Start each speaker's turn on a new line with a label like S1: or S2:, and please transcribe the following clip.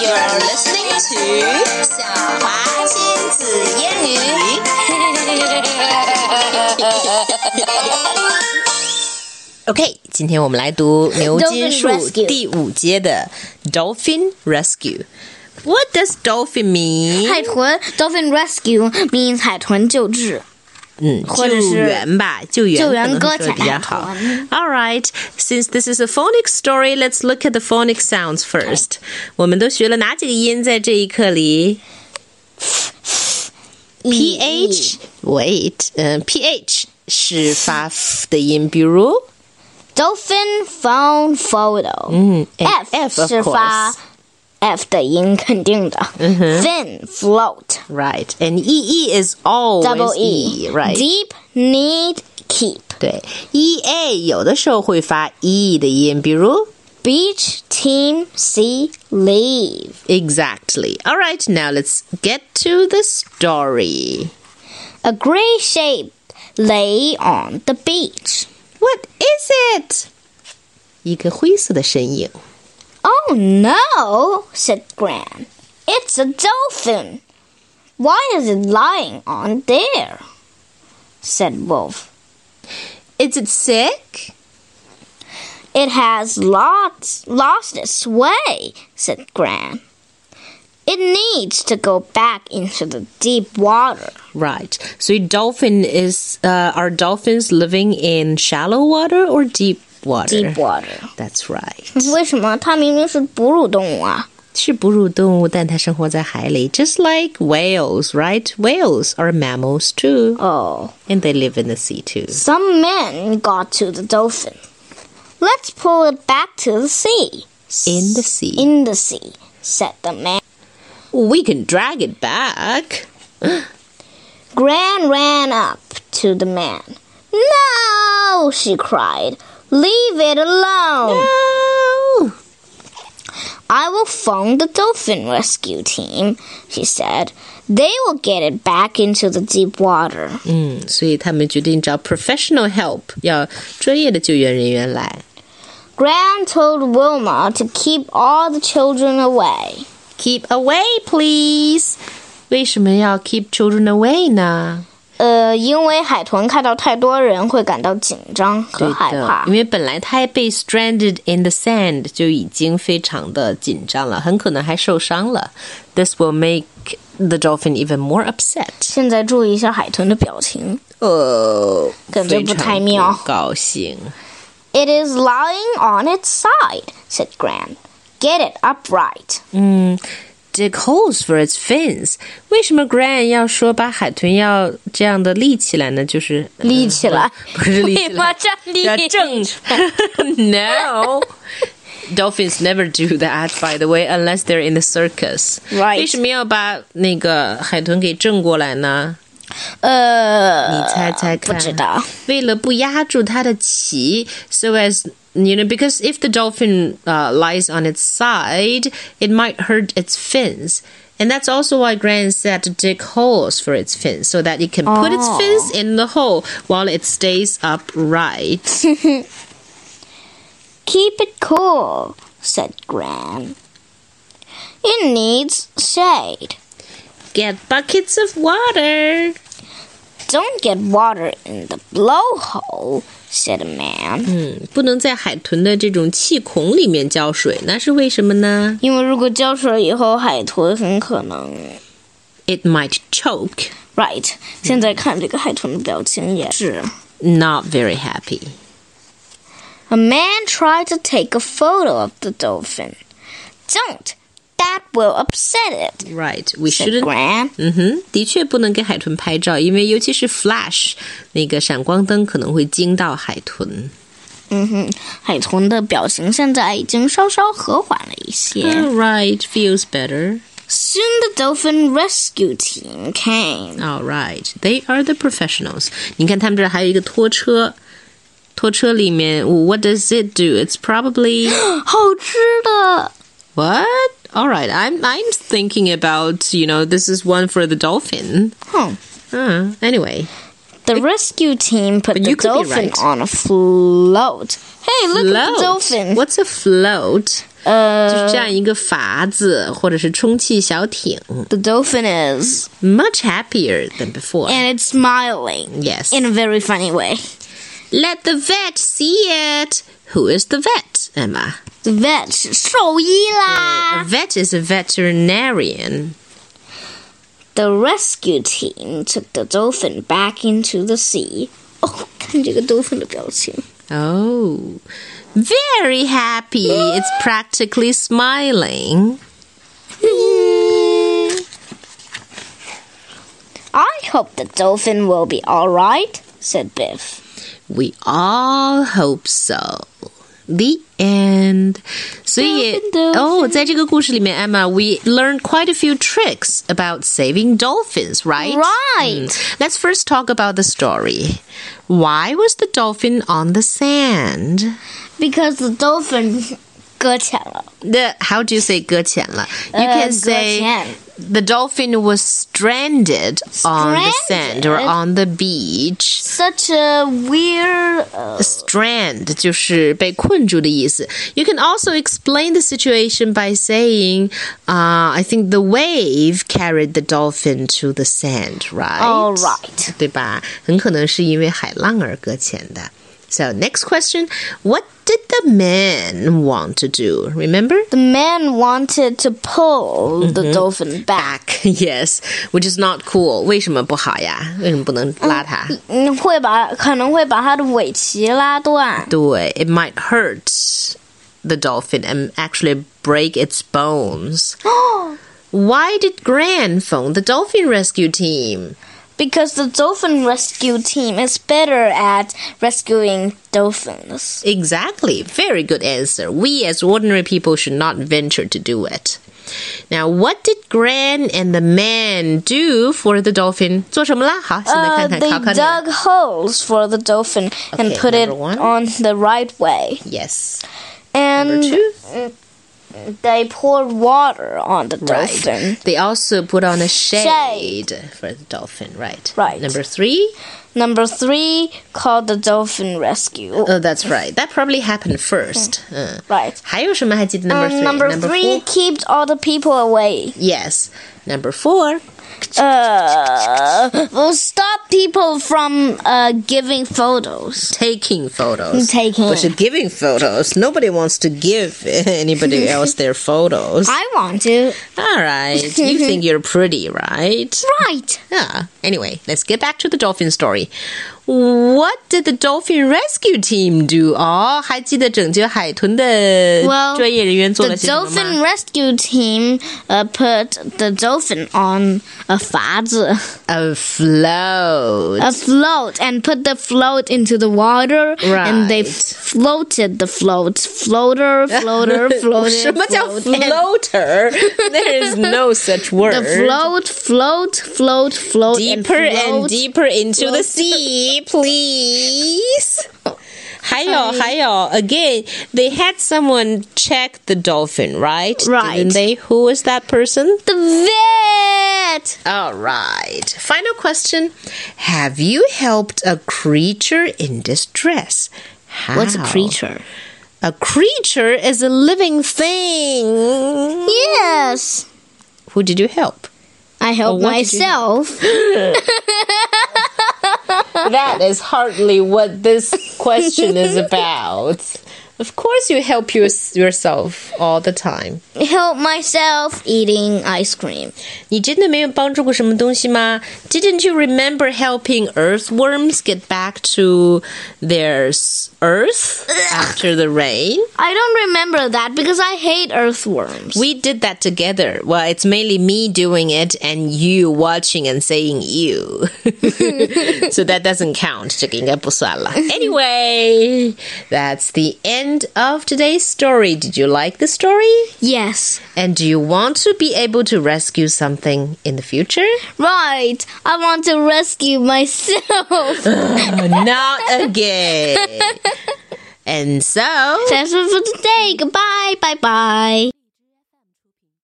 S1: You're listening to 小华亲子英 语。
S2: OK，今天我们来读牛津
S3: Dolphin
S2: 树
S3: Rescue
S2: 第五节的 Dolphin Rescue。What does dolphin mean？
S3: 海豚 dolphin rescue means 海豚救治。
S2: 嗯，
S3: 或
S2: 救
S3: 者是
S2: 援吧，救援
S3: 救援
S2: 可能
S3: 搁
S2: 会说得比
S3: 浅
S2: 较
S3: 海
S2: 好
S3: 豚。
S2: All right, since this is a phonic story, let's look at the phonic sounds first. 我们都学了哪几个音在这一课里？P
S3: E
S2: H wait，嗯、p H 是发 f 的音，比如
S3: dolphin phone photo。
S2: 嗯
S3: F
S2: F of
S3: 是
S2: course
S3: 发 F 的音，肯定的。fin float
S2: right and E E is always
S3: double
S2: E right
S3: deep need keep
S2: 对 E A 有的时候会发 E 的音，比如
S3: beach team see leave。
S2: exactly. All right, now let's get to the story.
S3: A gray shape lay on the beach.
S2: What is it? 一个灰色的身影。
S3: Oh no, said Gran. It's a dolphin. Why is it lying on there? said Wolf.
S2: Is it sick?
S3: It has lots, lost its way, said Gran. It needs to go back into the deep water.
S2: Right. So dolphin is uh, are dolphins living in shallow water or deep water?
S3: Deep water.
S2: That's right.
S3: 为什么它明明是哺乳动物啊？
S2: 是哺乳动物，但它生活在海里，just like whales, right? Whales are mammals too,
S3: Oh.
S2: and they live in the sea too.
S3: Some men got to the dolphin. Let's pull it back to the sea.
S2: In the sea.
S3: In the sea, said the man.
S2: We can drag it back.
S3: Gran ran up to the man. No, she cried. Leave it alone.
S2: No.
S3: I will phone the dolphin rescue team, she said. They will get it back into the deep water.
S2: Mm, 嗯，所以他们决定找 professional help，要专业的救援人员来。
S3: Gran told Wilma to keep all the children away.
S2: Keep away, please. 为什么要 keep children away 呢？
S3: 呃，因为海豚看到太多人会感到紧张和害怕。
S2: 对的，因为本来它被 stranded in the sand 就已经非常的紧张了，很可能还受伤了。This will make the dolphin even more upset.
S3: 现在注意一下海豚的表情。
S2: 呃，
S3: 感觉不太妙。It is lying on its side, said Gran. Get it upright.
S2: 嗯 dig holes for its fins。为什么 Gran 要说把海豚要这样的立起来呢？就是呃
S3: 立起来，
S2: 不是 立 起来，
S3: 站
S2: 要正。no。Dolphins never do that, by the way, unless they're in the circus.
S3: Right.
S2: 为什么要把那个海豚给正过来呢？
S3: 呃，
S2: 你猜猜看，
S3: Uh, 不知道。
S2: 为了不压住它的鳍，so as you know, because if the dolphin uh, lies on its side, it might hurt its fins. And that's also why Gran said to dig holes for its fins so that it can put its
S3: Oh.
S2: fins in the hole while it stays upright.
S3: Keep it cool, said Gran. It needs shade.
S2: Get buckets of water.
S3: Don't get water in the blowhole, said a man.
S2: 嗯，不能在海豚的这种气孔里面浇水，那是为什么呢
S3: 因为如果浇水以后，海豚很可能。
S2: ？It might choke.
S3: Right，、现在看这个海豚的表情也是。
S2: Not very happy.
S3: A man tried to take a photo of the dolphin. Don't. That will upset it.
S2: Right. We
S3: Said
S2: shouldn't
S3: Gran.
S2: 嗯哼，的确不能给海豚拍照，因为尤其是 flash 那个闪光灯可能会惊到海豚。
S3: 嗯哼，Mm-hmm. 海豚的表情现在已经稍稍和缓了一些。
S2: All right, feels better.
S3: Soon the dolphin rescue team came.
S2: All right, they are the professionals. 你看他们这儿还有一个拖车，拖车里面，What does it do? It's probably
S3: 好吃的
S2: what? All right, I'm I'm thinking about you know this is one for the dolphin.
S3: 哼
S2: Uh, anyway,
S3: The rescue team put
S2: But
S3: the
S2: you could be
S3: dolphin
S2: right.
S3: on a float. Hey, look at the
S2: float.
S3: dolphin. Uh,
S2: What's a float? 就是这样一个筏子或者是充气小艇
S3: The dolphin is,
S2: ，much happier than before.
S3: and it's smiling
S2: yes.
S3: in a very funny way.
S2: Let the vet see it. Who is the vet, Emma?
S3: The vet 是兽医啦。
S2: A vet is a veterinarian.
S3: The rescue team took the dolphin back into the sea. Oh, 哦，看这个 dolphin 的表情。
S2: Oh, very happy. It's practically smiling.
S3: I hope the dolphin will be all right, said Biff.
S2: We all hope so. The end. 所以
S3: Dolphin, dolphin.
S2: 哦，在这个故事里面，Emma, we learned quite a few tricks about saving dolphins, right?
S3: Right.
S2: Mm. Let's first talk about the story. Why was the dolphin on the sand?
S3: Because the dolphin 搁浅了。
S2: The how do you say 搁浅了? You can
S3: Uh,
S2: say
S3: 搁浅。
S2: the dolphin was stranded, on the sand or
S3: Stranded?
S2: on the beach.
S3: Such a weird. Uh,
S2: Strand 就是被困住的意思。You can also explain the situation by saying, uh, I think the wave carried the dolphin to the sand, right?
S3: all right.
S2: 对吧？很可能是因为海浪而搁浅的。So next question, what did the man want to do? Remember?
S3: The man wanted to pull the dolphin back.
S2: Back, yes, which is not cool.
S3: Uh,
S2: 为什么不好呀？为什么不能拉它？
S3: 嗯，会把可能会把它的尾鳍拉断。
S2: 对, it might hurt the dolphin and actually break its bones. Why did Gran phone the dolphin rescue team?
S3: Because the dolphin rescue team is better at rescuing dolphins.
S2: Exactly. Very good answer. We as ordinary people should not venture to do it. Now, what did Gran and the man do for the dolphin?
S3: 呃
S2: 做什么啦？好，现在看看，
S3: Uh, they
S2: 考考你了。
S3: dug holes for the dolphin and
S2: Okay,
S3: put it
S2: number one.
S3: on the right way.
S2: Yes.
S3: And
S2: Number two.
S3: they poured water on the
S2: Right.
S3: dolphin.
S2: They also put on a
S3: Shade.
S2: shade, for the dolphin, right?
S3: Right.
S2: Number three.
S3: Number three, called the dolphin rescue.
S2: Oh, that's right. That probably happened first. Uh.
S3: right.
S2: 还有什么还记得 number
S3: And
S2: three?
S3: Mm. number three,
S2: four?
S3: kept all the people away.
S2: Yes. Number four.
S3: Uh, will stop people from uh, giving photos.
S2: Taking photos.
S3: Taking.
S2: But you're giving photos. Nobody wants to give anybody else their photos.
S3: I want to.
S2: All right. You think you're pretty, right?
S3: Right.
S2: Yeah. Anyway, let's get back to the dolphin story. What did the dolphin rescue team do? 哦，还记得拯救海豚的
S3: Well,
S2: 专业人员做了
S3: The dolphin rescue team uh, put the dolphin on a 筏子,
S2: A float.
S3: a float, and put the float into the water. And they
S2: Right.
S3: floated the float, floater, floater, floater.
S2: 什么叫
S3: float, and
S2: floater? There is no such word.
S3: The float, float, float, float, and
S2: deeper and,
S3: float.
S2: deeper into the sea,
S3: float.
S2: please. 还有还有 again, they had someone check the dolphin, right?
S3: Right.
S2: Didn't they? Who was that person?
S3: The vet.
S2: All right. Final question: Have you helped a creature in distress? How?
S3: What's a creature?
S2: A creature is a living thing.
S3: Yes,
S2: Who did you help?
S3: I help
S2: what did you do?
S3: myself.
S2: That is hardly what this question is about. Of course, you help your, yourself all the time.
S3: Help myself eating ice cream.
S2: 你真的没有帮助过什么东西吗? Didn't you remember helping earthworms get back to their s- earth after the rain?
S3: I don't remember that because I hate earthworms.
S2: We did that together. Well, it's mainly me doing it and you watching and saying you. so that doesn't count. 这个应该不算了. Anyway, that's the end of today's story. Did you like the story?
S3: yes.
S2: And do you want to be able to rescue something in the future?
S3: Right. I want to rescue myself.
S2: Uh, Not again. And so.
S3: That's it for today. Goodbye. Bye bye.